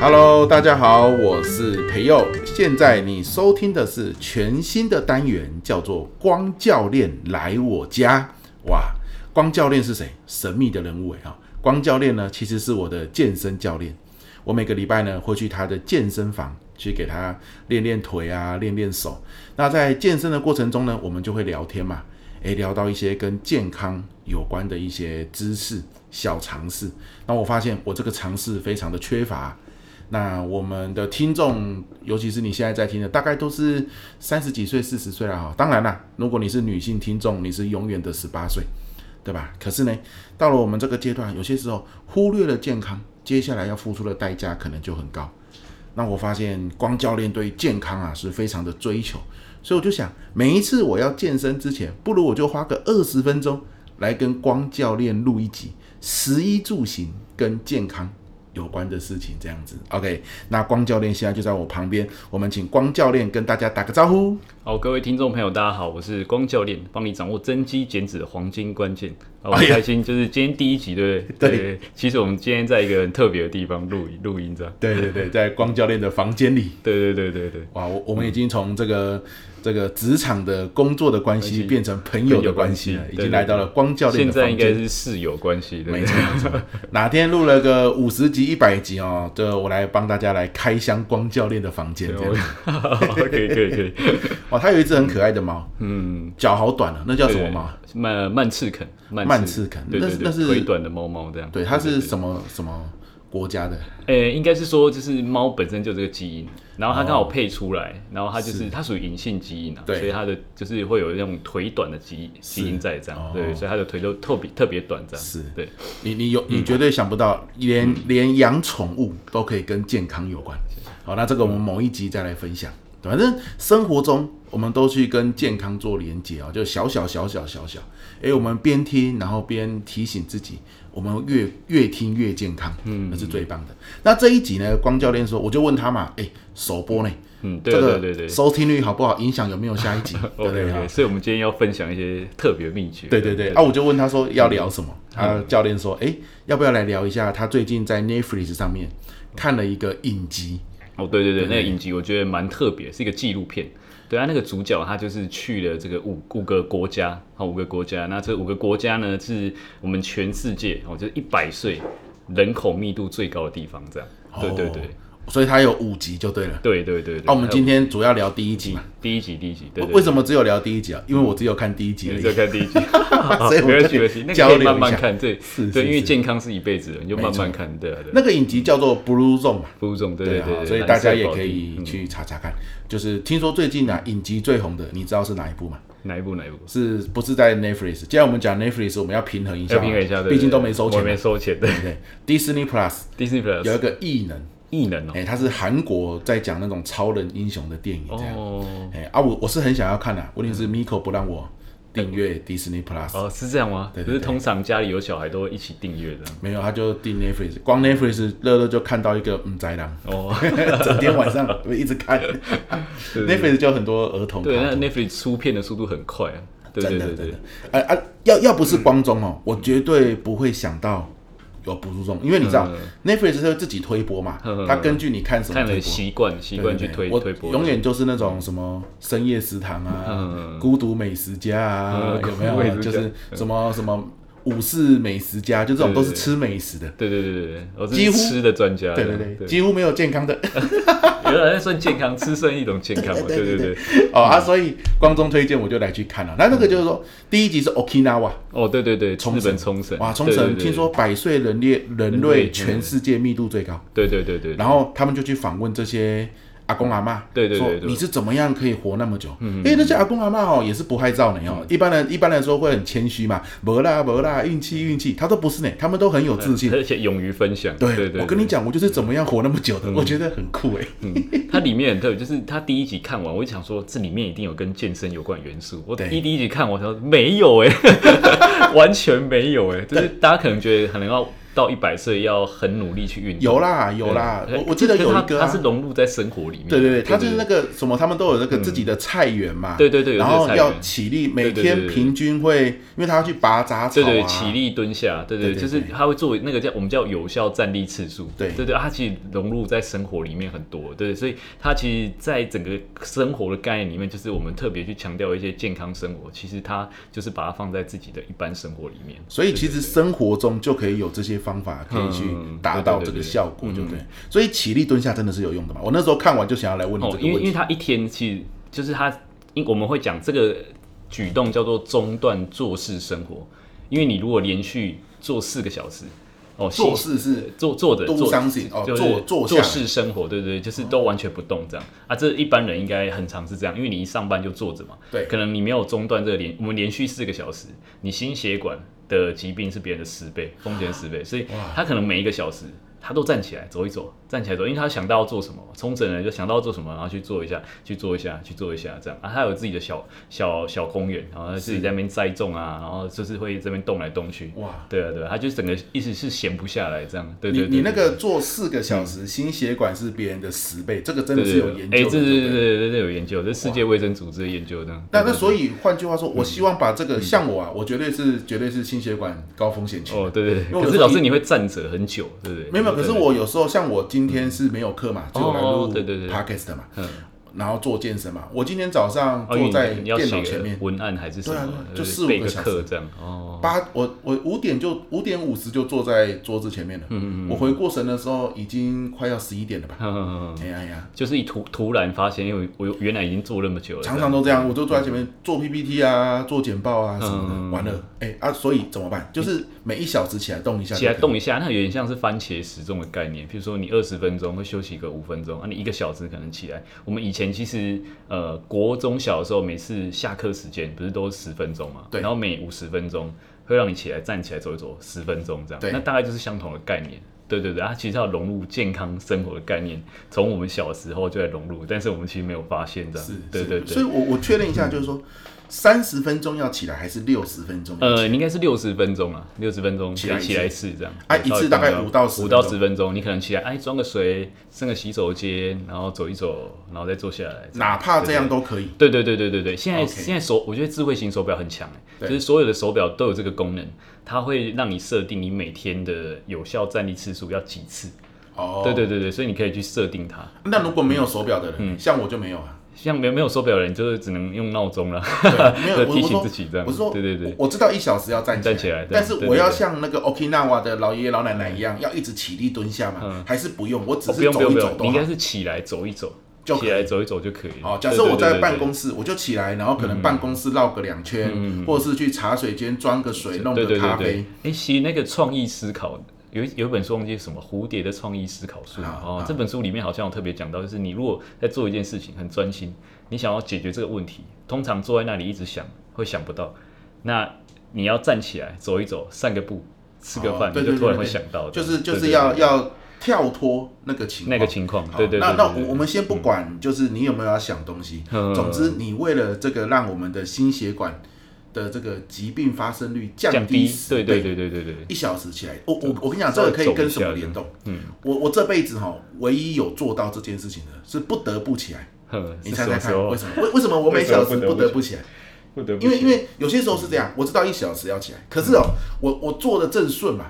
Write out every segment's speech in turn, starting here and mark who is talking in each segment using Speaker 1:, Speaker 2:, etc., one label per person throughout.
Speaker 1: Hello，大家好，我是培佑。现在你收听的是全新的单元，叫做“光教练来我家”。哇，光教练是谁？神秘的人物哎哈。光教练呢，其实是我的健身教练。我每个礼拜呢，会去他的健身房去给他练练腿啊，练练手。那在健身的过程中呢，我们就会聊天嘛，诶，聊到一些跟健康有关的一些知识、小常识。那我发现我这个常识非常的缺乏。啊那我们的听众，尤其是你现在在听的，大概都是三十几岁、四十岁了哈。当然啦，如果你是女性听众，你是永远的十八岁，对吧？可是呢，到了我们这个阶段，有些时候忽略了健康，接下来要付出的代价可能就很高。那我发现光教练对健康啊是非常的追求，所以我就想，每一次我要健身之前，不如我就花个二十分钟来跟光教练录一集，食衣住行跟健康有关的事情，这样子。OK，那光教练现在就在我旁边，我们请光教练跟大家打个招呼。
Speaker 2: 好，各位听众朋友，大家好，我是光教练，帮你掌握增肌减脂的黄金关键。啊，我
Speaker 1: 哎
Speaker 2: 很
Speaker 1: 呀
Speaker 2: 开心，就是今天第一集，对不 对？
Speaker 1: 对
Speaker 2: 对。其实我们今天在一个很特别的地方录音，录音这样。
Speaker 1: 对对对，在光教练的房间里，
Speaker 2: 对对对对对，
Speaker 1: 哇，我我们已经从这个这个职场的工作的关
Speaker 2: 关
Speaker 1: 系
Speaker 2: 系
Speaker 1: 变成朋友的关系了
Speaker 2: 朋友关，系
Speaker 1: 已
Speaker 2: 对
Speaker 1: 经
Speaker 2: 对
Speaker 1: 来到了光教练
Speaker 2: 现
Speaker 1: 的
Speaker 2: 在
Speaker 1: 房
Speaker 2: 应该
Speaker 1: 间。
Speaker 2: 是室友关系，对
Speaker 1: 没
Speaker 2: 不
Speaker 1: 错
Speaker 2: 对？
Speaker 1: 没错，哪天录了个五十集、一百集哦，这我来帮大家来开箱光教练的房间。
Speaker 2: 对
Speaker 1: 这
Speaker 2: 我
Speaker 1: 样
Speaker 2: 哦可以可以可以，
Speaker 1: 哇，它有一只很可爱的猫，
Speaker 2: 嗯，
Speaker 1: 脚好短啊，那 叫什么
Speaker 2: 对
Speaker 1: 猫？？
Speaker 2: 慢慢翅肯，慢
Speaker 1: 慢翅肯
Speaker 2: 对
Speaker 1: 那
Speaker 2: 对
Speaker 1: 是
Speaker 2: 对，
Speaker 1: 那是
Speaker 2: 腿短的猫猫这样。
Speaker 1: 对，它是什么什么国家的？
Speaker 2: 呃、应该是说，就是猫本身就这个基因，然后它刚好配出来，然后它就是它属于隐性基因啊，
Speaker 1: 哦对
Speaker 2: 所以它的就是会有那种腿短的基基因在这样，
Speaker 1: 哦
Speaker 2: 对，所以它的腿就特别特别短这样，
Speaker 1: 是
Speaker 2: 对，
Speaker 1: 你你有
Speaker 2: 嗯
Speaker 1: 你绝对想不到，连连养宠物都可以跟健康有关。好，那这个我们某一集再来分享。反正生活中我们都去跟健康做连接啊，就小小小小小小。诶，我们边听然后边提醒自己，我们越越听越健康，嗯，那是最棒的。那这一集呢，光教练说，我就问他嘛，诶，首播呢，
Speaker 2: 嗯，对
Speaker 1: 这
Speaker 2: 对
Speaker 1: 个
Speaker 2: 对对对
Speaker 1: 收听率好不好，影响有没有下一 集，对不
Speaker 2: ，OK
Speaker 1: 对啊
Speaker 2: OK，？所以我们今天要分享一些特别秘诀，
Speaker 1: 对对对，啊，我就问他
Speaker 2: 嗯
Speaker 1: 说要聊什么，他教练说，哎，要不要来聊一下他最近在 Netflix 上面看了一个影集，
Speaker 2: 哦，对对对，
Speaker 1: 对
Speaker 2: 那个影集我觉得蛮特别，是一个纪录片。对啊，那个主角他就是去了这个五五个国家，好五个国家。那这五个国家呢，是我们全世界哦，就是一百岁人口密度最高的地方，这样。对对对、
Speaker 1: 所以他有五集就对了。啊
Speaker 2: 对对对对。
Speaker 1: 哦那我们今
Speaker 2: 天
Speaker 1: 天主要聊第一集嘛，
Speaker 2: 第一集第一集，对对嗯
Speaker 1: 为什么只有聊第一集啊？因为我只有看第一集而
Speaker 2: 你
Speaker 1: 已
Speaker 2: 就，看第一集，
Speaker 1: 所以
Speaker 2: 没
Speaker 1: 我
Speaker 2: 关系没关系，
Speaker 1: 就
Speaker 2: 那
Speaker 1: 交
Speaker 2: 个可以
Speaker 1: 流
Speaker 2: 慢
Speaker 1: 一
Speaker 2: 慢
Speaker 1: 下。
Speaker 2: 看，对
Speaker 1: 是是
Speaker 2: 对，因为
Speaker 1: 是
Speaker 2: 健康是一辈子的，你就慢慢看，对啊对啊。
Speaker 1: 那个影集叫做 Blue Zone 嘛，
Speaker 2: 副总，对
Speaker 1: 对啊，
Speaker 2: 对对，
Speaker 1: 所以大家
Speaker 2: 蓝色
Speaker 1: 也
Speaker 2: 宝
Speaker 1: 可
Speaker 2: 地
Speaker 1: 以
Speaker 2: 嗯
Speaker 1: 去查查看。就是听说最近啊，影集最红的，你知道是哪一部吗？
Speaker 2: 哪一部哪一部？
Speaker 1: 是不是在 Netflix？既然我们讲 Netflix，我们要平衡一下
Speaker 2: 要
Speaker 1: 嘛，
Speaker 2: 平衡一下，对
Speaker 1: 毕竟
Speaker 2: 对
Speaker 1: 都
Speaker 2: 对
Speaker 1: 没收
Speaker 2: 我
Speaker 1: 钱嘛
Speaker 2: 没。收呃钱，对。
Speaker 1: 对，Disney Plus
Speaker 2: Disney Plus
Speaker 1: 有一个异能，
Speaker 2: 异能哦
Speaker 1: 哎、他是韩国在讲那种超人英雄的电影这样。
Speaker 2: 哦
Speaker 1: 哎、啊，我我是很想要看的、问题是 Miko 不让我订阅 Disney Plus，、
Speaker 2: 哦，是这样吗？
Speaker 1: 对
Speaker 2: 可
Speaker 1: 对
Speaker 2: 是通常家里有小孩都会一起订阅的
Speaker 1: 没有，他就订 Netflix，光 Netflix 乐乐就看到一个嗯宅狼，
Speaker 2: 哦。
Speaker 1: 整天晚上我一直看
Speaker 2: 对对
Speaker 1: ，Netflix 就有很多儿童
Speaker 2: 对，
Speaker 1: 卡
Speaker 2: 那
Speaker 1: 通
Speaker 2: Netflix 出片的速度很快啊。对
Speaker 1: 真
Speaker 2: 对
Speaker 1: 的
Speaker 2: 对
Speaker 1: 真
Speaker 2: 对
Speaker 1: 的，，哎啊要要不是光中哦，我绝对不会想到。有补助中，因为你知道、Netflix 是会自己推播嘛，
Speaker 2: 嗯嗯嗯嗯
Speaker 1: 它根据你看什么
Speaker 2: 看
Speaker 1: 推
Speaker 2: 了
Speaker 1: 播，
Speaker 2: 习惯习惯去推
Speaker 1: 我
Speaker 2: 推播的，
Speaker 1: 永远就是那种什么深夜食堂啊、
Speaker 2: 嗯
Speaker 1: 孤独美食家啊，
Speaker 2: 嗯
Speaker 1: 有没有啊？
Speaker 2: 孤独美食
Speaker 1: 就
Speaker 2: 家
Speaker 1: 是什么什么武士美食家，就这种
Speaker 2: 对对
Speaker 1: 都是
Speaker 2: 对
Speaker 1: 吃美食的。
Speaker 2: 对对对对对，我
Speaker 1: 几
Speaker 2: 是
Speaker 1: 乎
Speaker 2: 吃的专家，
Speaker 1: 对
Speaker 2: 这样
Speaker 1: 对对，几乎没有健康 的
Speaker 2: 对，原来算健康，吃算一种健康 嘛，对对对，
Speaker 1: 哦啊，所以光中推荐我就来去看了。那这个就是说，第一集是 Okinawa，
Speaker 2: 哦对对对，
Speaker 1: 冲
Speaker 2: 日
Speaker 1: 绳
Speaker 2: 本冲绳，
Speaker 1: 哇，冲
Speaker 2: 对对
Speaker 1: 绳
Speaker 2: 对
Speaker 1: 听说百岁人类人
Speaker 2: 人
Speaker 1: 类
Speaker 2: 类
Speaker 1: 全世界密度最高，
Speaker 2: 对对对对，
Speaker 1: 然后他们就去访问这些。阿公阿妈，
Speaker 2: 对对对
Speaker 1: 说
Speaker 2: 对嗯
Speaker 1: 你是怎么样可以活那么久？因为那些阿公阿妈哦，也是不害臊呢哦。一般人一般来说会很谦虚嘛，没啦没啦，运气运气，他都不是呢，他们都很有自信。
Speaker 2: 而且勇于分享，
Speaker 1: 对，
Speaker 2: 嗯对对，嗯
Speaker 1: 我跟你
Speaker 2: 对
Speaker 1: 讲，我就是怎么样活那么久的，我觉得很酷哎。
Speaker 2: 嗯 它里面很特别，就是它第一集看完，我就想说这里面一定有跟健身有关的元素。我
Speaker 1: 对
Speaker 2: 一欸 第一集看完，我想说没有哎、完全没有哎、就是大家可能觉得可能要到一百岁要很努力去运动。
Speaker 1: 有啦有啦，
Speaker 2: 对
Speaker 1: 我我记得
Speaker 2: 嗯可是
Speaker 1: 有
Speaker 2: 它
Speaker 1: 一个、啊，
Speaker 2: 它是融入在生活里面。
Speaker 1: 对对对，他就是那个什么，他们都有那个自己的菜园嘛，
Speaker 2: 嗯对对对有
Speaker 1: 然
Speaker 2: 自己的
Speaker 1: 后
Speaker 2: 菜园
Speaker 1: 要起立，每
Speaker 2: 对对
Speaker 1: 天
Speaker 2: 对对
Speaker 1: 平均会，因为他要去拔杂草
Speaker 2: 对
Speaker 1: 啊，
Speaker 2: 对，起立蹲下，对
Speaker 1: 对
Speaker 2: 对，
Speaker 1: 对
Speaker 2: 就是
Speaker 1: 对
Speaker 2: 他会作为那个叫我们叫有效站立次数，
Speaker 1: 对
Speaker 2: 对对，它其实融入在生活里面很多，对，所以它其实在整个生活的概念里面，就是我们特别去强调一些健康生活，其实它就是把它放在自己的一般生活里面，
Speaker 1: 所以其实生活中就可以有这些方法可以去达到这个效果，
Speaker 2: 嗯
Speaker 1: 对
Speaker 2: 对对对
Speaker 1: 不对？所以起立蹲下真的是有用的嘛？我那时候看完就想要来问你
Speaker 2: 哦
Speaker 1: 这，个
Speaker 2: 因为
Speaker 1: 问
Speaker 2: 因为
Speaker 1: 题，
Speaker 2: 他一天其实就是他，因我们会讲这个举动叫做中断做事生活，因为你如果连续做四个小时，哦，
Speaker 1: 做
Speaker 2: 细
Speaker 1: 事是
Speaker 2: 做做的
Speaker 1: Do
Speaker 2: 做
Speaker 1: something，哦
Speaker 2: 就是
Speaker 1: 做做下来
Speaker 2: 做事生活，对对对，就是都完全不动这样啊。这一般人应该很常是这样，因为你一上班就坐着嘛，
Speaker 1: 对
Speaker 2: 可能你没有中断这个连我们连续四个小时，你心血管的疾病是别人的 十倍，风险十倍，所以他可能每一个小时。他都站起来走一走，站起来走，因为他想到要做什么，冲绳人就想到要做什么，然后去做一下，去做一下，去做一下，这样啊，他有自己的小小小公园，然后他自己在那边栽种啊，然后就是会这边动来动去，
Speaker 1: 哇。
Speaker 2: 对啊，对啊，他就整个一直是闲不下来这样。对
Speaker 1: 你
Speaker 2: 对对
Speaker 1: 你那个做四个小时，心血管是别人的十倍，这个真
Speaker 2: 对
Speaker 1: 的
Speaker 2: 对
Speaker 1: 是
Speaker 2: 对
Speaker 1: 有研
Speaker 2: 哎，
Speaker 1: 究的。
Speaker 2: 这
Speaker 1: 对
Speaker 2: 这
Speaker 1: 不
Speaker 2: 这
Speaker 1: 对
Speaker 2: 这这有研究，这世界卫生组织的研究这样。
Speaker 1: 那那
Speaker 2: 对嗯
Speaker 1: 所以换句话说，我希望把这个像我啊，我绝对是绝对是心血管高风险群。
Speaker 2: 哦，对对
Speaker 1: 因为我
Speaker 2: 对，
Speaker 1: 有
Speaker 2: 可
Speaker 1: 时
Speaker 2: 是
Speaker 1: 候
Speaker 2: 老师
Speaker 1: 一
Speaker 2: 你会站着很久，对不对？
Speaker 1: 没有，没有可
Speaker 2: 对
Speaker 1: 是我有时候像我今天是没有课嘛，就我来录
Speaker 2: 哦对对对
Speaker 1: podcast 嘛，
Speaker 2: 嗯
Speaker 1: 然后做健身嘛。我今天早上
Speaker 2: 哦因为
Speaker 1: 坐
Speaker 2: 你
Speaker 1: 在
Speaker 2: 你要
Speaker 1: 电
Speaker 2: 写
Speaker 1: 脑
Speaker 2: 个
Speaker 1: 前面，
Speaker 2: 文案还是什
Speaker 1: 对啊
Speaker 2: 么，
Speaker 1: 就
Speaker 2: 对
Speaker 1: 四五
Speaker 2: 备
Speaker 1: 个
Speaker 2: 个
Speaker 1: 小
Speaker 2: 课
Speaker 1: 时
Speaker 2: 这样。哦，
Speaker 1: 八我我五点就五点五十就坐在桌子前面了。嗯嗯我回过神的时候已经快要十一点了吧？
Speaker 2: 哼哼哼哼
Speaker 1: 哎呀哎呀，
Speaker 2: 哦 就是一突突然发现，因为我原来已经做那么久了，
Speaker 1: 常常都这样，我就坐在前面做 PPT 啊，做简报啊什么的。
Speaker 2: 嗯
Speaker 1: 完了，哎啊，所以怎么办？就是每一小时起来动一下就可
Speaker 2: 起
Speaker 1: 以了，
Speaker 2: 来动一下，那有点像是番茄时钟的概念。比如说你二十分钟会休息个五分钟，啊，你一个小时可能起来。我们以前其实呃，国中小的时候，每次下课时间不是都十分钟嘛，
Speaker 1: 对
Speaker 2: 然后每五十分钟会让你起来站起来走一走十分钟这样
Speaker 1: 对，
Speaker 2: 那大概就是相同的概念。对对对，它其实要融入健康生活的概念，从我们小时候就在融入，但是我们其实没有发现这样
Speaker 1: 是，。
Speaker 2: 对
Speaker 1: 是
Speaker 2: 对
Speaker 1: 所以
Speaker 2: 对。
Speaker 1: 我我确认一下，就是说三十分钟要起来还是六十分钟要起来？
Speaker 2: 呃，你应该是六十分钟啊，六十分钟
Speaker 1: 起来一次
Speaker 2: 起来一次这样，
Speaker 1: 啊一次大概5到10
Speaker 2: 五到十分钟，你可能起来哎装个水，上个洗手间，然后走一走，然后再坐下来。
Speaker 1: 哪怕这样都可以。
Speaker 2: 对对对对对对，现在
Speaker 1: OK
Speaker 2: 现在手我觉得智慧型手表很强哎，
Speaker 1: 对
Speaker 2: 就是所有的手表都有这个功能，它会让你设定你每天的有效站立次数要几次。
Speaker 1: 哦，
Speaker 2: 对对嗯对对，所以你可以去设定它。
Speaker 1: 那如果没有手表的人，像我就没有 啊，
Speaker 2: 像没有没有手表的人，就是只能用闹钟了，
Speaker 1: 对没有我
Speaker 2: 提
Speaker 1: 我
Speaker 2: 醒
Speaker 1: 说
Speaker 2: 自己这样。
Speaker 1: 我说，
Speaker 2: 对对对，
Speaker 1: 我，我知道一小时要站
Speaker 2: 站起来对
Speaker 1: 但是
Speaker 2: 对对
Speaker 1: 我要
Speaker 2: 对
Speaker 1: 像那个 Okinawa 的老爷爷老奶奶一样，要一直起立蹲下吗？还是不用？我只
Speaker 2: 嗯哦不
Speaker 1: 是
Speaker 2: 用不
Speaker 1: 走
Speaker 2: 用
Speaker 1: 一
Speaker 2: 不
Speaker 1: 走
Speaker 2: 用，你
Speaker 1: 都
Speaker 2: 应
Speaker 1: 好
Speaker 2: 该。是起来走一走，
Speaker 1: 就可以
Speaker 2: 起来走一走就可以了。
Speaker 1: 哦，假设
Speaker 2: 对
Speaker 1: 我在办。
Speaker 2: 对对对对嗯
Speaker 1: 公室，我就起来，然后可能办公室绕个两圈，或者是去茶水间装个水，弄
Speaker 2: 对
Speaker 1: 个
Speaker 2: 对
Speaker 1: 咖
Speaker 2: 对
Speaker 1: 啡
Speaker 2: 对。，哎，其实那个创意思考有一有一本书忘记是什么《蝴蝶的创意思考术》
Speaker 1: 啊
Speaker 2: 哦
Speaker 1: 啊，
Speaker 2: 这本书里面好像有特别讲到，就是你如果在做一件事情很专心，你想要解决这个问题，通常坐在那里一直想会想不到，那你要站起来走一走，散个步，吃个
Speaker 1: 哦
Speaker 2: 饭，
Speaker 1: 对
Speaker 2: 你
Speaker 1: 对
Speaker 2: 就
Speaker 1: 对
Speaker 2: 突然
Speaker 1: 对
Speaker 2: 会
Speaker 1: 对
Speaker 2: 想到的，
Speaker 1: 就是就
Speaker 2: 对
Speaker 1: 是
Speaker 2: 对
Speaker 1: 要
Speaker 2: 对
Speaker 1: 要跳脱那个情
Speaker 2: 那个
Speaker 1: 况
Speaker 2: 情况，
Speaker 1: 好
Speaker 2: 对对对。
Speaker 1: 那那
Speaker 2: 对
Speaker 1: 我我们先不管，就是你有没有要想东西。
Speaker 2: 嗯
Speaker 1: 总之，你为了这个让我们的心血管的这个疾病发生率降
Speaker 2: 降
Speaker 1: 低
Speaker 2: 低，
Speaker 1: 10
Speaker 2: 对对
Speaker 1: 倍，
Speaker 2: 对对对对。
Speaker 1: 一小时起来，哦我我我跟你讲，这个可以跟什么联动？
Speaker 2: 嗯，
Speaker 1: 我我这辈子哈，唯一有做到这件事情的是不得不起来。
Speaker 2: 哼
Speaker 1: 你
Speaker 2: 是
Speaker 1: 猜
Speaker 2: 什
Speaker 1: 猜
Speaker 2: 么时
Speaker 1: 看，
Speaker 2: 候
Speaker 1: 为什么？为为什么我每小时不得不起来？
Speaker 2: 不得不
Speaker 1: 因为
Speaker 2: 起
Speaker 1: 因为有些时候是这样，我知道一小时要起来，可是哦，我我做的正顺嘛，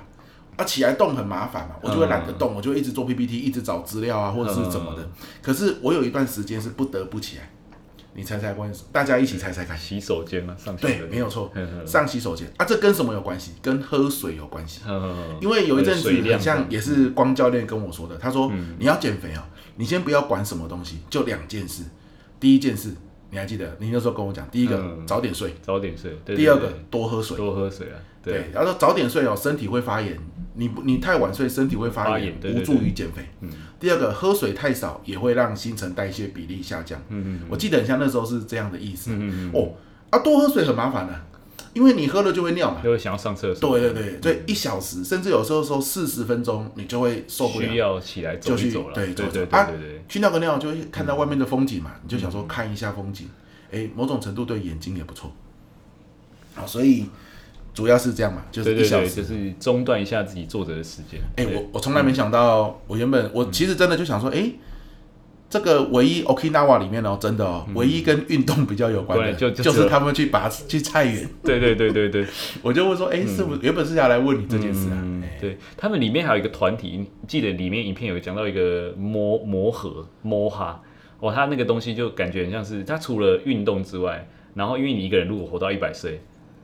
Speaker 1: 啊起来动很麻烦嘛，我就会懒得动，我就一直做 PPT，一直找资料啊，或者是怎么的。可是我有一段时间是不得不起来，你猜猜关于什么？大家一起猜猜看。
Speaker 2: 洗手间嘛，上洗
Speaker 1: 对
Speaker 2: 手，间
Speaker 1: 没有错
Speaker 2: 嗯，嗯
Speaker 1: 上洗手间啊，这跟什么有关系？跟喝水有关系。
Speaker 2: 嗯
Speaker 1: 因为有一阵子
Speaker 2: 水量嗯
Speaker 1: 很像，也是光教练跟我说的，他说、你要减肥哦，你先不要管什么东西，就两件事。第一件事，你还记得？你那时候跟我讲，第一个、
Speaker 2: 嗯
Speaker 1: 早点睡，
Speaker 2: 早点睡。对
Speaker 1: 第
Speaker 2: 对
Speaker 1: 二
Speaker 2: 对
Speaker 1: 个多喝水。
Speaker 2: 多喝水啊，
Speaker 1: 对
Speaker 2: 对，，
Speaker 1: 然后说早点睡哦，身体会发炎。你不你太晚睡，身体会发
Speaker 2: 发
Speaker 1: 炎
Speaker 2: 炎，对
Speaker 1: 无
Speaker 2: 对嗯
Speaker 1: 助于减肥。第二个，喝水太少也会让新陈代谢比例下降。嗯嗯，我记得很像那时候是这样的意思。嗯嗯哦，啊，多喝水很麻烦的、啊因为你喝了就会尿嘛。
Speaker 2: 就会想要上厕所，
Speaker 1: 对对对，所以一小时甚至有时候说四十分钟，你就会受不
Speaker 2: 需
Speaker 1: 了，
Speaker 2: 要起来走
Speaker 1: 就
Speaker 2: 一
Speaker 1: 去
Speaker 2: 走了，
Speaker 1: 对
Speaker 2: 对
Speaker 1: 走
Speaker 2: 对对
Speaker 1: 走啊
Speaker 2: 对对，
Speaker 1: 去尿个尿就会看到外面的风景
Speaker 2: 嗯
Speaker 1: 嘛，你就想说看一下风景，哎，某种程度对眼睛也不错。好，所以主要是这样嘛，就是
Speaker 2: 对
Speaker 1: 一
Speaker 2: 对
Speaker 1: 小
Speaker 2: 对，
Speaker 1: 时
Speaker 2: 就。是中断一下自己坐着的时间。
Speaker 1: 哎、
Speaker 2: 对嗯
Speaker 1: 我我从来没想到，我原本我其实真的就想说，哎、这个唯一 Okinawa 里面哦，真的哦，唯一跟运动比较有关的，
Speaker 2: 嗯对就就
Speaker 1: 就是
Speaker 2: 是
Speaker 1: 他们去拔去菜园。
Speaker 2: 对对对对对，
Speaker 1: 我就问说，哎、是不是原本是要来问你这件事啊？
Speaker 2: 嗯
Speaker 1: 哎，
Speaker 2: 对他们里面还有一个团体，记得里面影片有讲到一个磨磨合磨哈，哦，他那个东西就感觉很像是他除了运动之外，然后因为你一个人如果活到一百岁，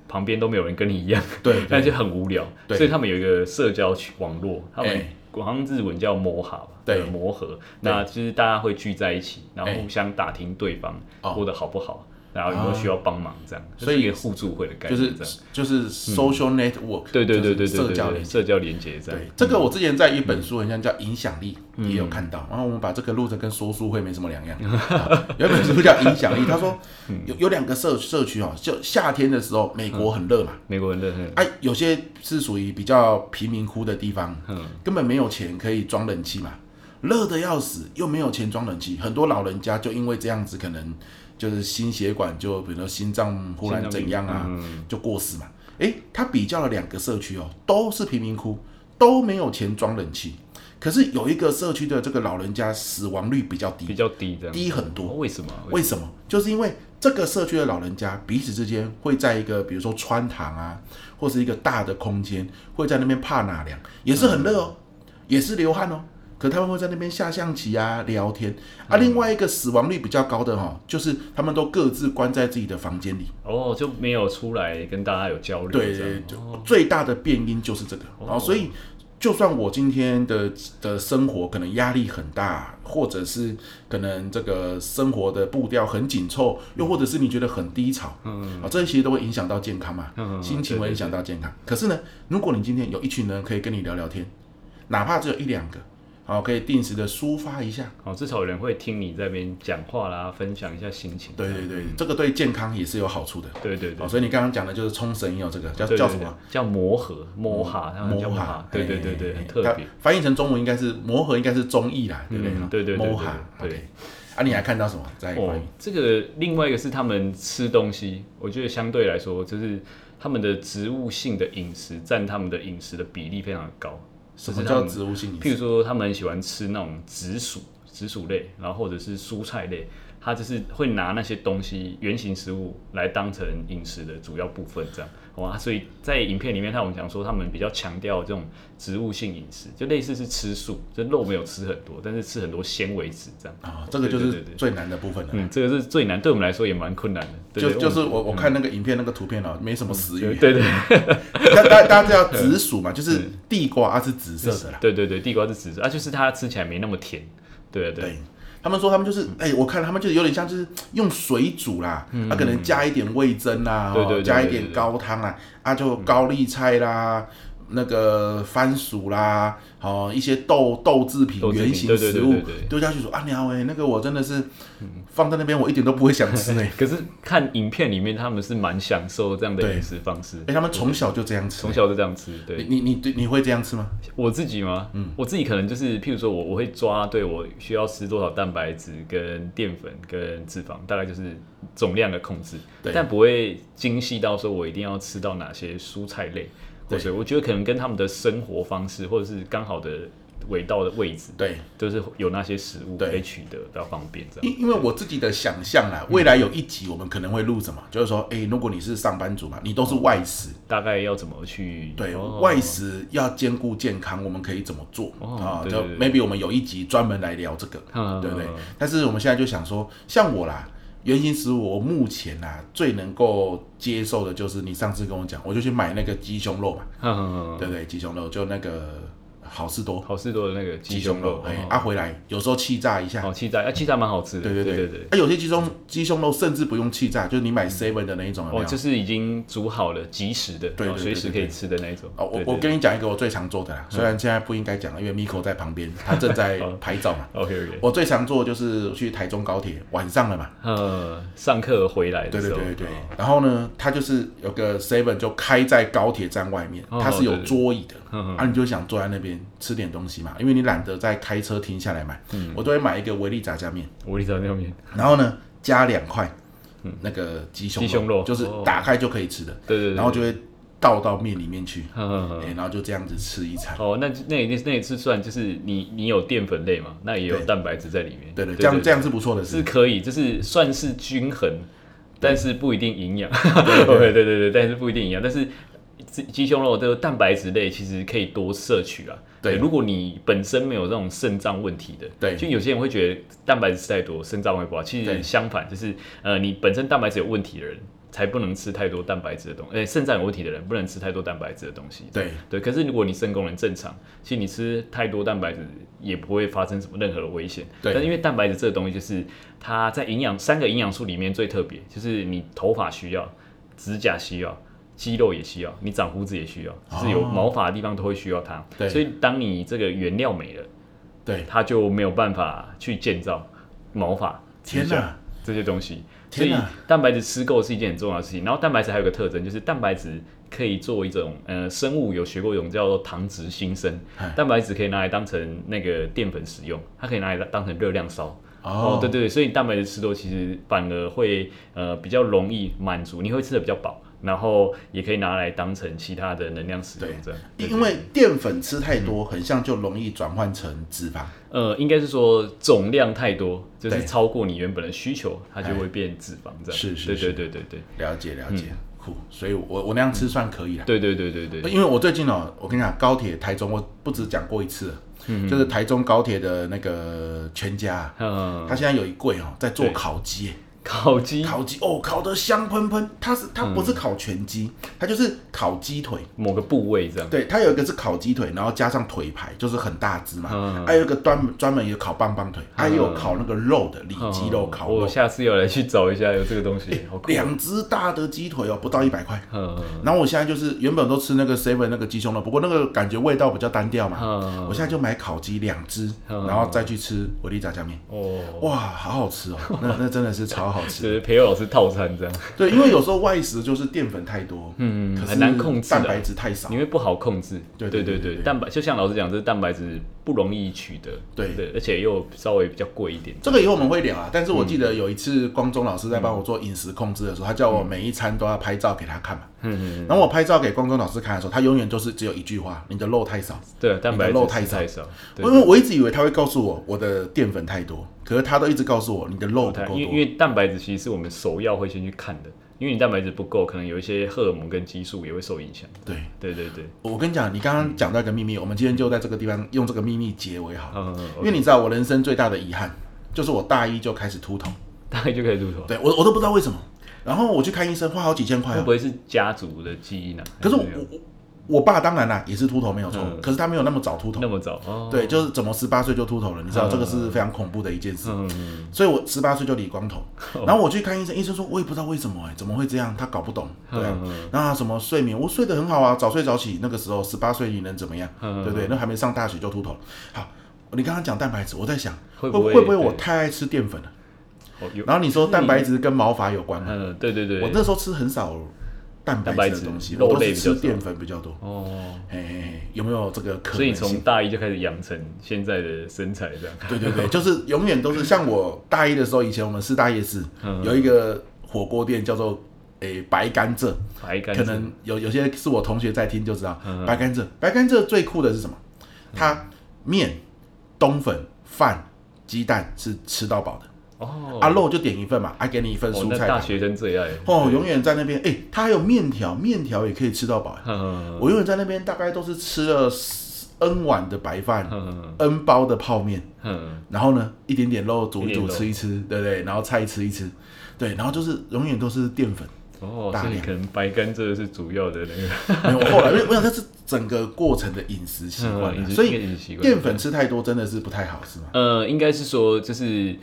Speaker 2: 旁边都没有人跟你一样，
Speaker 1: 对
Speaker 2: 那就很无聊，
Speaker 1: 对
Speaker 2: 所以他们有一个社交群网络，他们
Speaker 1: 哎
Speaker 2: 好像日文叫磨哈吧，
Speaker 1: 对
Speaker 2: 磨合，那就是大家会聚在一起，然后
Speaker 1: 哎
Speaker 2: 互相打听对方
Speaker 1: 哦
Speaker 2: 过得好不好，然后有没有需要帮忙这样，
Speaker 1: 所以
Speaker 2: 就是一个互助会的概
Speaker 1: 就
Speaker 2: 念，
Speaker 1: 是
Speaker 2: 这样。嗯
Speaker 1: 就是 social network，、
Speaker 2: 对对对
Speaker 1: 就
Speaker 2: 对
Speaker 1: 是
Speaker 2: 对，
Speaker 1: 社交
Speaker 2: 对
Speaker 1: 联
Speaker 2: 对社交嗯连接这样
Speaker 1: 对，。这个我之前在一本书，很像叫《影响力》，
Speaker 2: 嗯
Speaker 1: 也有看到。然后我们把这个录成跟说书会没什么两样。 啊有一本书叫《影响力》，他说
Speaker 2: 嗯
Speaker 1: 有有两个社社区哦，就夏天的时候，美国很热嘛，
Speaker 2: 美国人的很
Speaker 1: 哎、有些是属于比较贫民窟的地方，
Speaker 2: 嗯
Speaker 1: 根本没有钱可以装冷气嘛，热的要死，又没有钱装冷气，很多老人家就因为这样子，可能就是心血管就比如说心脏忽然怎样啊，
Speaker 2: 心脏病嗯
Speaker 1: 就过世嘛。诶，他比较了两个社区哦，都是贫民窟，都没有钱装冷气，可是有一个社区的这个老人家死亡率比较低，
Speaker 2: 比较低这样，
Speaker 1: 低很多
Speaker 2: 哦。为什么？
Speaker 1: 为什么？就是因为这个社区的老人家彼此之间会在一个，比如说穿堂啊，或是一个大的空间，会在那边怕纳凉，也是很热哦，也是流汗哦。可他们会在那边下象棋啊，聊天啊。另外一个死亡率比较高的哦，就是他们都各自关在自己的房间里。
Speaker 2: 哦，就没有出来跟大家有交流
Speaker 1: 对
Speaker 2: 这样。
Speaker 1: 就
Speaker 2: 哦
Speaker 1: 最大的变因就是这个。然后，所以就算我今天的的生活可能压力很大，或者是可能这个生活的步调很紧凑，又或者是你觉得很低潮，嗯，啊，这些都会影响到健康嘛，
Speaker 2: 嗯
Speaker 1: 心情会影响到健康。可是呢，如果你今天有一群人可以跟你聊聊天，哪怕只有一两个，好，可以定时的抒发一下。
Speaker 2: 哦，至少有人会听你在那边讲话啦，分享一下心情。
Speaker 1: 对对对，这个对健康也是有好处的。
Speaker 2: 嗯对对对
Speaker 1: 哦，所以你刚刚讲的就是冲绳也有这个叫
Speaker 2: 对对
Speaker 1: 叫什么
Speaker 2: 对？叫磨合，磨哈，他们叫
Speaker 1: 摩
Speaker 2: 磨
Speaker 1: 哈哎
Speaker 2: 哈，，对对对对，
Speaker 1: 嘿
Speaker 2: 很
Speaker 1: 它
Speaker 2: 特别。
Speaker 1: 翻译成中文应该是磨合，应该是中译啦，对不对
Speaker 2: 嗯？对对对
Speaker 1: 摩
Speaker 2: 对
Speaker 1: 哈，
Speaker 2: 对
Speaker 1: OK。啊，你还看到什么在翻
Speaker 2: 哦
Speaker 1: 译？，
Speaker 2: 这个另外一个是他们吃东西，我觉得相对来说，就是他们的植物性的饮食占他们的饮食的比例非常的高。
Speaker 1: 什
Speaker 2: 就
Speaker 1: 么
Speaker 2: 是他
Speaker 1: 叫
Speaker 2: 们
Speaker 1: 植物性饮
Speaker 2: 譬如
Speaker 1: 食？
Speaker 2: 说，他们很喜欢吃那种紫薯、紫薯类，然后或者是蔬菜类，他就是会拿那些东西原型食物来当成饮食的主要部分，这样哇。所以在影片里面，他们讲说，他们比较强调这种植物性饮食，就类似是吃素，就肉没有吃很多，但是吃很多纤维质这样。
Speaker 1: 啊，这个就
Speaker 2: 对
Speaker 1: 是
Speaker 2: 对对对
Speaker 1: 最难的部分了。
Speaker 2: 嗯，这个是最难，对我们来说也蛮困难的。对
Speaker 1: 就
Speaker 2: 对
Speaker 1: 就是
Speaker 2: 我
Speaker 1: 我我看那个影片那个图片哦，没什么食
Speaker 2: 们
Speaker 1: 欲。
Speaker 2: 对对嗯
Speaker 1: 大大大家知道紫薯嘛，就是地瓜它是紫色的啦。
Speaker 2: 对对对，地瓜是紫色啊，就是它吃起来没那么甜。对对
Speaker 1: 对，他们说他们
Speaker 2: 嗯
Speaker 1: 就是，哎，我看他们就是有点像就是用水煮啦，啊，可能加一点味增啦，
Speaker 2: 嗯对
Speaker 1: 哦
Speaker 2: 对对对
Speaker 1: 加一
Speaker 2: 对对
Speaker 1: 点
Speaker 2: 对嗯
Speaker 1: 高汤啦，啊，就高丽菜啦。那个番薯啦，哦，一些豆豆制品
Speaker 2: 豆制品
Speaker 1: 原型
Speaker 2: 对对对
Speaker 1: 食物
Speaker 2: 对对嗯对
Speaker 1: 丢下去说啊，娘哎，那个我真的是放在那边，我一点都不会想吃 哎、
Speaker 2: 可是看影片里面，他们是蛮享受这样的饮食方式
Speaker 1: 哎、，他们从小就这样吃欸
Speaker 2: 从，小就这样吃。
Speaker 1: 你
Speaker 2: 对
Speaker 1: 你你对你会这样吃吗？
Speaker 2: 我自己吗？嗯，我自己可能就是，譬如说我我会抓对我需要吃多少蛋白质、跟淀粉、跟脂肪，大概就是总量的控制
Speaker 1: 对，
Speaker 2: 但不会精细到说我一定要吃到哪些蔬菜类，或者我觉得可能跟他们的生活方式，或者是刚好的围到的位置，
Speaker 1: 对，
Speaker 2: 就是有那些食物
Speaker 1: 对
Speaker 2: 可以取得比较方便这样。
Speaker 1: 因因为我自己的想象
Speaker 2: 嗯
Speaker 1: 啦，未来有一集我们可能会录什么，就是说，哎、如果你是上班族嘛，你都
Speaker 2: 嗯
Speaker 1: 是外食，
Speaker 2: 大概要怎么去
Speaker 1: 对，
Speaker 2: 哦
Speaker 1: 外食要兼顾健康，我们可以怎么做
Speaker 2: 哦
Speaker 1: 啊？
Speaker 2: 对
Speaker 1: 就
Speaker 2: 对对
Speaker 1: maybe 我们有一集专门来聊这个，
Speaker 2: 嗯
Speaker 1: 对不对
Speaker 2: 嗯嗯？
Speaker 1: 但是我们现在就想说，像我啦，原型食物，我目前啦最能够接受的就是你上次跟我讲，我就去买那个鸡胸肉嘛，
Speaker 2: 嗯，
Speaker 1: 对不对？鸡胸肉就那个好事多
Speaker 2: 好事多的那个鸡胸肉，
Speaker 1: 哎
Speaker 2: 哦，
Speaker 1: 啊回来有时候气炸一下，
Speaker 2: 好气炸，啊，气炸蛮好吃的，
Speaker 1: 对
Speaker 2: 对
Speaker 1: 对
Speaker 2: 对
Speaker 1: 对。。啊，有些鸡胸鸡胸肉甚至不用气炸，就是你买 seven 的那一种，有没
Speaker 2: 哦，
Speaker 1: 有？
Speaker 2: 就是已经煮好了，即食的，
Speaker 1: 对对
Speaker 2: 哦
Speaker 1: 对
Speaker 2: 随时可
Speaker 1: 对
Speaker 2: 以吃的那一种。
Speaker 1: 哦，我
Speaker 2: 对对嗯
Speaker 1: 我跟你讲一个我最常做的啦，虽然现在不应该讲了，因为 Miko 在旁边，他正 在拍照嘛。
Speaker 2: OK OK，
Speaker 1: 我最常做就是去台中高铁，晚上了嘛，
Speaker 2: 呃，上课回来
Speaker 1: 对对
Speaker 2: 的时候，
Speaker 1: 对对对
Speaker 2: 哦。
Speaker 1: 然后呢，它就是有个 Seven 就开在高铁站外面，
Speaker 2: 哦
Speaker 1: 它是有桌椅的，
Speaker 2: 对对嗯
Speaker 1: 啊，你就想坐在那边吃点东西嘛，因为你懒得再开车停下来买，
Speaker 2: 嗯
Speaker 1: 我都会买一个维力炸酱面，
Speaker 2: 我理解那面，
Speaker 1: 然后呢加两块那个鸡胸
Speaker 2: 鸡胸肉
Speaker 1: 就是
Speaker 2: 哦
Speaker 1: 打开就可以吃的，
Speaker 2: 对对对，嗯
Speaker 1: 然后就会倒到面里面去，
Speaker 2: 呵呵呵
Speaker 1: 哎、然后就这样子吃一餐。
Speaker 2: 哦，那那一定那一次算就是你你有淀粉类嘛，那也有
Speaker 1: 对
Speaker 2: 蛋白质在里面。
Speaker 1: 对对，这样这样是不错的
Speaker 2: 是
Speaker 1: 事。
Speaker 2: 可以，就是算是均衡，但是不一定营养。 对对对对，但是不一定营养。但是鸡鸡胸肉的蛋白质类其实可以多摄取啊。
Speaker 1: 对
Speaker 2: 如果你本身没有这种肾脏问题的，
Speaker 1: 对
Speaker 2: 就有些人会觉得蛋白质吃太多，肾脏会不好。其
Speaker 1: 对
Speaker 2: 实相反，就是呃，你本身蛋白质有问题的人，才不能吃太多蛋白质的东西。呃，肾脏有问题的人不能吃太多蛋白质的东西。
Speaker 1: 对
Speaker 2: 对，可是如果你肾功能正常，其实你吃太多蛋白质也不会发生什么任何的危险。
Speaker 1: 对
Speaker 2: 但因为蛋白质这个东西，就是它在营养三个营养素里面最特别，就是你头发需要，指甲需要。肌肉也需要，你长胡子也需要，就是有
Speaker 1: 哦
Speaker 2: 毛发的地方都会需要它。
Speaker 1: 对
Speaker 2: 所以当你这个原料没了，
Speaker 1: 对，
Speaker 2: 它就没有办法去建造毛发、指
Speaker 1: 天
Speaker 2: 甲
Speaker 1: 哪，
Speaker 2: 这些东西。所
Speaker 1: 天
Speaker 2: 以
Speaker 1: 哪
Speaker 2: 蛋白质吃够是一件很重要的事情。然后蛋白质还有个特征，就是蛋白质可以作为一种呃生物有学过一种叫做糖质新生
Speaker 1: 嗨，
Speaker 2: 蛋白质可以拿来当成那个淀粉使用，它可以拿来当成热量烧。
Speaker 1: 哦，
Speaker 2: 对对对，所以蛋白质吃多其实反而会呃比较容易满足，你会吃的比较饱，然后也可以拿来当成其他的能量使用
Speaker 1: 对
Speaker 2: 这样。对嗯
Speaker 1: 因为淀粉吃太多，很像就容易转换成脂肪。
Speaker 2: 呃，应该是说总量太多，就
Speaker 1: 对哎
Speaker 2: 是超过你原本的需求，它就会变脂肪这样。
Speaker 1: 是是是
Speaker 2: 对对对对
Speaker 1: 了解了解，酷。所以我我那样吃算可以啦。
Speaker 2: 对对对嗯对对对。
Speaker 1: 因为我最近哦，我跟你讲，高铁台中我不止讲过一次了，就是台中高铁的那个全家啊，
Speaker 2: 嗯，
Speaker 1: 它现在有一柜哦，在做
Speaker 2: 对嗯
Speaker 1: 烤鸡耶，
Speaker 2: 烤鸡
Speaker 1: 烤鸡哦，烤得香喷喷。它是
Speaker 2: 嗯
Speaker 1: 它不是烤全鸡，它就是烤鸡腿。
Speaker 2: 某个部位这样。
Speaker 1: 对，它有一个是烤鸡腿，然后加上腿排，就是很大只嘛。
Speaker 2: 嗯
Speaker 1: 还有一个专门专门有烤棒棒腿，还有烤那个肉的里
Speaker 2: 嗯
Speaker 1: 脊肉烤
Speaker 2: 我
Speaker 1: 肉，哎
Speaker 2: 下次要来去找一下有这个东西，好酷。
Speaker 1: 两只大的鸡腿哦，不到一百块。
Speaker 2: 嗯
Speaker 1: 然后我现在就是原本都吃那个 seven 那个鸡胸肉，不过那个感觉味道比较单调嘛。
Speaker 2: 嗯
Speaker 1: 我现在就买烤鸡两只，
Speaker 2: 嗯
Speaker 1: 然后再去吃维力炸酱面。
Speaker 2: 哦，
Speaker 1: 哇，好好吃哦，那那真的是超好
Speaker 2: 就
Speaker 1: 吃。
Speaker 2: 是培友老师套餐这样，
Speaker 1: 对，因为有时候外食就是淀粉太多，
Speaker 2: 嗯
Speaker 1: 可是
Speaker 2: 很难控制啊
Speaker 1: 蛋白质太少
Speaker 2: 因。为不好控制。
Speaker 1: 对对
Speaker 2: 对
Speaker 1: 对对对
Speaker 2: 蛋白就像老师讲，这蛋白质不容易取得，
Speaker 1: 对
Speaker 2: 对，而且又稍微比较贵一点。
Speaker 1: 这个以后我们会聊啊，但是我记得
Speaker 2: 嗯
Speaker 1: 有一次光中老师在帮我做饮食控制的时候，他叫我每一餐都要拍照给他看嘛。
Speaker 2: 嗯，
Speaker 1: 然后我拍照给光中老师看的时候，他永远就是只有一句话：你的肉太少。
Speaker 2: 对啊，蛋白
Speaker 1: 肉
Speaker 2: 质
Speaker 1: 太
Speaker 2: 吃
Speaker 1: 少哦
Speaker 2: 太少，对
Speaker 1: 因为我一直以为他会告诉我我的淀粉太多，可是他都一直告诉我你的肉不够
Speaker 2: 因为因
Speaker 1: 多。
Speaker 2: 为蛋白质其实是我们首要会先去看的，因为你蛋白质不够，可能有一些荷尔蒙跟激素也会受影响。
Speaker 1: 对，
Speaker 2: 对对对，
Speaker 1: 我跟你讲，你刚刚讲到一个秘密，我们今天就在这个地方用这个秘密结尾好了。
Speaker 2: 嗯，
Speaker 1: 因为你知道我人生最大的遗憾就是我大一就开始秃头，
Speaker 2: 大概就可以入手。
Speaker 1: 对我我都不知道为什么。然后我去看医生，花好几千块
Speaker 2: 会
Speaker 1: 哦
Speaker 2: 不。会是家族的基因呢？啊
Speaker 1: 可是我
Speaker 2: 还
Speaker 1: 我我我爸当然啦也是秃头没有错，
Speaker 2: 嗯
Speaker 1: 可是他没有那么早秃头
Speaker 2: 那。么早哦，
Speaker 1: 对，就是怎么十八岁就秃头了，你知道、这个是非常恐怖的一件事。
Speaker 2: 嗯，哦
Speaker 1: 所以我十八岁就理光头，然后我去看医生，医生说我也不知道为什么哎、怎么会这样，他搞不懂，对啊
Speaker 2: 嗯，
Speaker 1: 那什么睡眠，我睡得很好啊，早睡早起，那个时候十八岁你能怎么样，
Speaker 2: 嗯
Speaker 1: 对不对？那还没上大学就秃头了。好，你刚刚讲蛋白质，我在想
Speaker 2: 会
Speaker 1: 不
Speaker 2: 不会
Speaker 1: 会不会我
Speaker 2: 对
Speaker 1: 太爱吃淀粉了？
Speaker 2: 哦有，
Speaker 1: 然后你说蛋白质跟毛发有关吗？
Speaker 2: 嗯，对对对，
Speaker 1: 我那时候吃很少蛋
Speaker 2: 蛋
Speaker 1: 白
Speaker 2: 白
Speaker 1: 质的
Speaker 2: 质
Speaker 1: 东西，
Speaker 2: 肉
Speaker 1: 我都是
Speaker 2: 类比较
Speaker 1: 吃
Speaker 2: 少
Speaker 1: 淀粉比较多。
Speaker 2: 哦，
Speaker 1: 嘿嘿嘿，哎有没有这个可
Speaker 2: 所以
Speaker 1: 能
Speaker 2: 你从
Speaker 1: 性？
Speaker 2: 大一就开始养成现在的身材这样，
Speaker 1: 对对对，就是永远都是像我大一的时候，以前我们师大夜市
Speaker 2: 嗯
Speaker 1: 有一个火锅店叫做诶、白甘蔗，
Speaker 2: 白干
Speaker 1: 可能有有些是我同学在听就知道
Speaker 2: 嗯
Speaker 1: 白甘蔗。白甘蔗最酷的是什么？它面、冬粉、饭、鸡蛋是吃到饱的，
Speaker 2: 哦，
Speaker 1: 啊肉就点一份嘛，啊给你一份
Speaker 2: 哦
Speaker 1: 蔬
Speaker 2: 那
Speaker 1: 菜
Speaker 2: 大
Speaker 1: 吧。
Speaker 2: 学生最爱
Speaker 1: 哦，永远在那边，诶，它还有面条，面条也可以吃到饱。
Speaker 2: 嗯
Speaker 1: 我永远在那边大概都是吃了 N 碗的白饭
Speaker 2: 嗯
Speaker 1: ，N 包的泡面。
Speaker 2: 嗯，
Speaker 1: 然后呢，一点点肉煮一
Speaker 2: 一
Speaker 1: 煮，
Speaker 2: 点肉
Speaker 1: 吃一吃，对不对？然后菜吃一吃，对，然后就是永远都是淀粉。
Speaker 2: 哦，
Speaker 1: 大
Speaker 2: 所以
Speaker 1: 量
Speaker 2: 可能白干这是主要的那个
Speaker 1: 没有，我后来因为我想这是整个过程的饮食习惯
Speaker 2: 嗯饮
Speaker 1: 啊，
Speaker 2: 食
Speaker 1: 所以
Speaker 2: 饮食习惯
Speaker 1: 淀粉吃太多真的是不太好，是吗？
Speaker 2: 呃，应该是说就是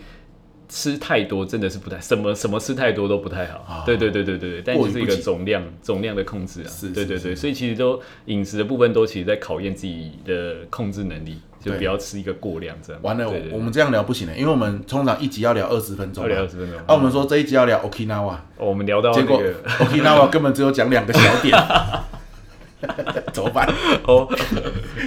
Speaker 2: 吃太多真的是不太什么什么吃太多都不太好。对对对对对对，但
Speaker 1: 啊过于
Speaker 2: 就
Speaker 1: 不
Speaker 2: 是一个
Speaker 1: 及
Speaker 2: 总量总量的控制啊。
Speaker 1: 是
Speaker 2: 对
Speaker 1: 是
Speaker 2: 对
Speaker 1: 是
Speaker 2: 对，所以其实都饮食的部分都其实在考验自己的控制能力，就
Speaker 1: 对
Speaker 2: 不要吃一个过量这样。
Speaker 1: 完了，
Speaker 2: 对对
Speaker 1: 我我们这样聊不行了，因为我们通常一集要聊二十分钟
Speaker 2: 要聊
Speaker 1: 嘛
Speaker 2: 二。十分钟。
Speaker 1: 啊，我们说这一集要聊 Okinawa，
Speaker 2: 哦，我们聊到
Speaker 1: 结
Speaker 2: 那
Speaker 1: 果
Speaker 2: 个
Speaker 1: Okinawa 根本只有讲两个小点， 怎么办？
Speaker 2: 哦，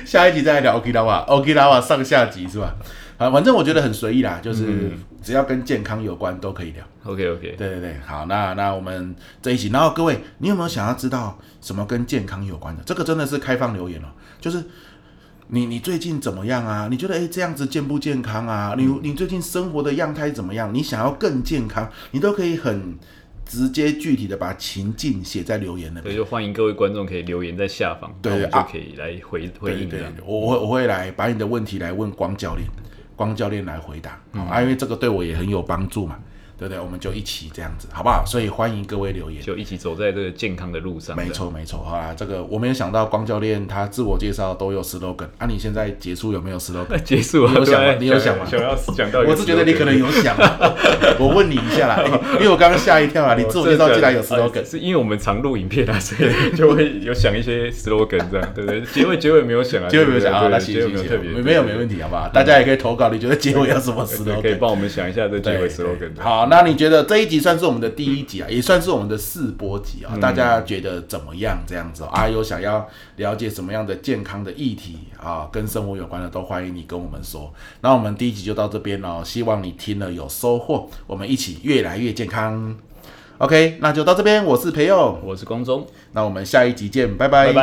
Speaker 1: 下一集再来聊 Okinawa，Okinawa 上下集是吧？啊，反正我觉得很随意啦，
Speaker 2: 嗯
Speaker 1: 就是只要跟健康有关都可以聊。
Speaker 2: OK OK，
Speaker 1: 对对对，好，那那我们这一期，然后各位，你有没有想要知道什么跟健康有关的？这个真的是开放留言哦，就是你你最近怎么样啊？你觉得诶这样子健不健康啊？你你最近生活的样态怎么样？你想要更健康，你都可以很直接具体的把情境写在留言那
Speaker 2: 对，
Speaker 1: 边。
Speaker 2: 就欢迎各位观众可以留言在下方，
Speaker 1: 对
Speaker 2: 那我们就
Speaker 1: 啊
Speaker 2: 可以来回回应这
Speaker 1: 对
Speaker 2: 样。，
Speaker 1: 我我会我会来把你的问题来问光教练，光教练来回答、哦啊，因为这个对我也很有帮助嘛，对不对？我们就一起这样子，好不好？所以欢迎各位留言。
Speaker 2: 就一起走在这个健康的路上。
Speaker 1: 没错没错，好啦，这个我没有想到光教练他自我介绍都有 slogan，啊，你现在结束有没有 slogan？
Speaker 2: 这样， 结束了。
Speaker 1: 你有想吗
Speaker 2: 对
Speaker 1: 你有想吗
Speaker 2: 想要想到一个
Speaker 1: 我是觉得你可能有想啊，我问你一下啦， 欸因为我刚刚吓一跳啦，
Speaker 2: 哦
Speaker 1: 你自我介绍竟然有 slogan，
Speaker 2: 哎是因为我们常录影片啊，所以就会有想一些 slogan 这样，对 不对？结尾结尾没有想啊，
Speaker 1: 结尾没有
Speaker 2: 对
Speaker 1: 想
Speaker 2: 不
Speaker 1: 啊，
Speaker 2: 对
Speaker 1: 那
Speaker 2: 对
Speaker 1: 行
Speaker 2: 结尾
Speaker 1: 行
Speaker 2: 没有
Speaker 1: 行
Speaker 2: 特别，
Speaker 1: 没没有没问题，好不好？大家也可以投稿，你觉得结尾要什么
Speaker 2: 对，对可以
Speaker 1: slogan？
Speaker 2: 帮我们想一下这结尾 slogan 的。
Speaker 1: 好，那你觉得这一集算是我们的第一集啊，也算是我们的试播集啊？大家觉得怎么样？这样子哦啊，有想要了解什么样的健康的议题啊，跟生活有关的，都欢迎你跟我们说。那我们第一集就到这边喽，希望你听了有收获，我们一起越来越健康。OK，那就到这边，我是培佑，
Speaker 2: 我是光中，
Speaker 1: 那我们下一集见，
Speaker 2: 拜拜。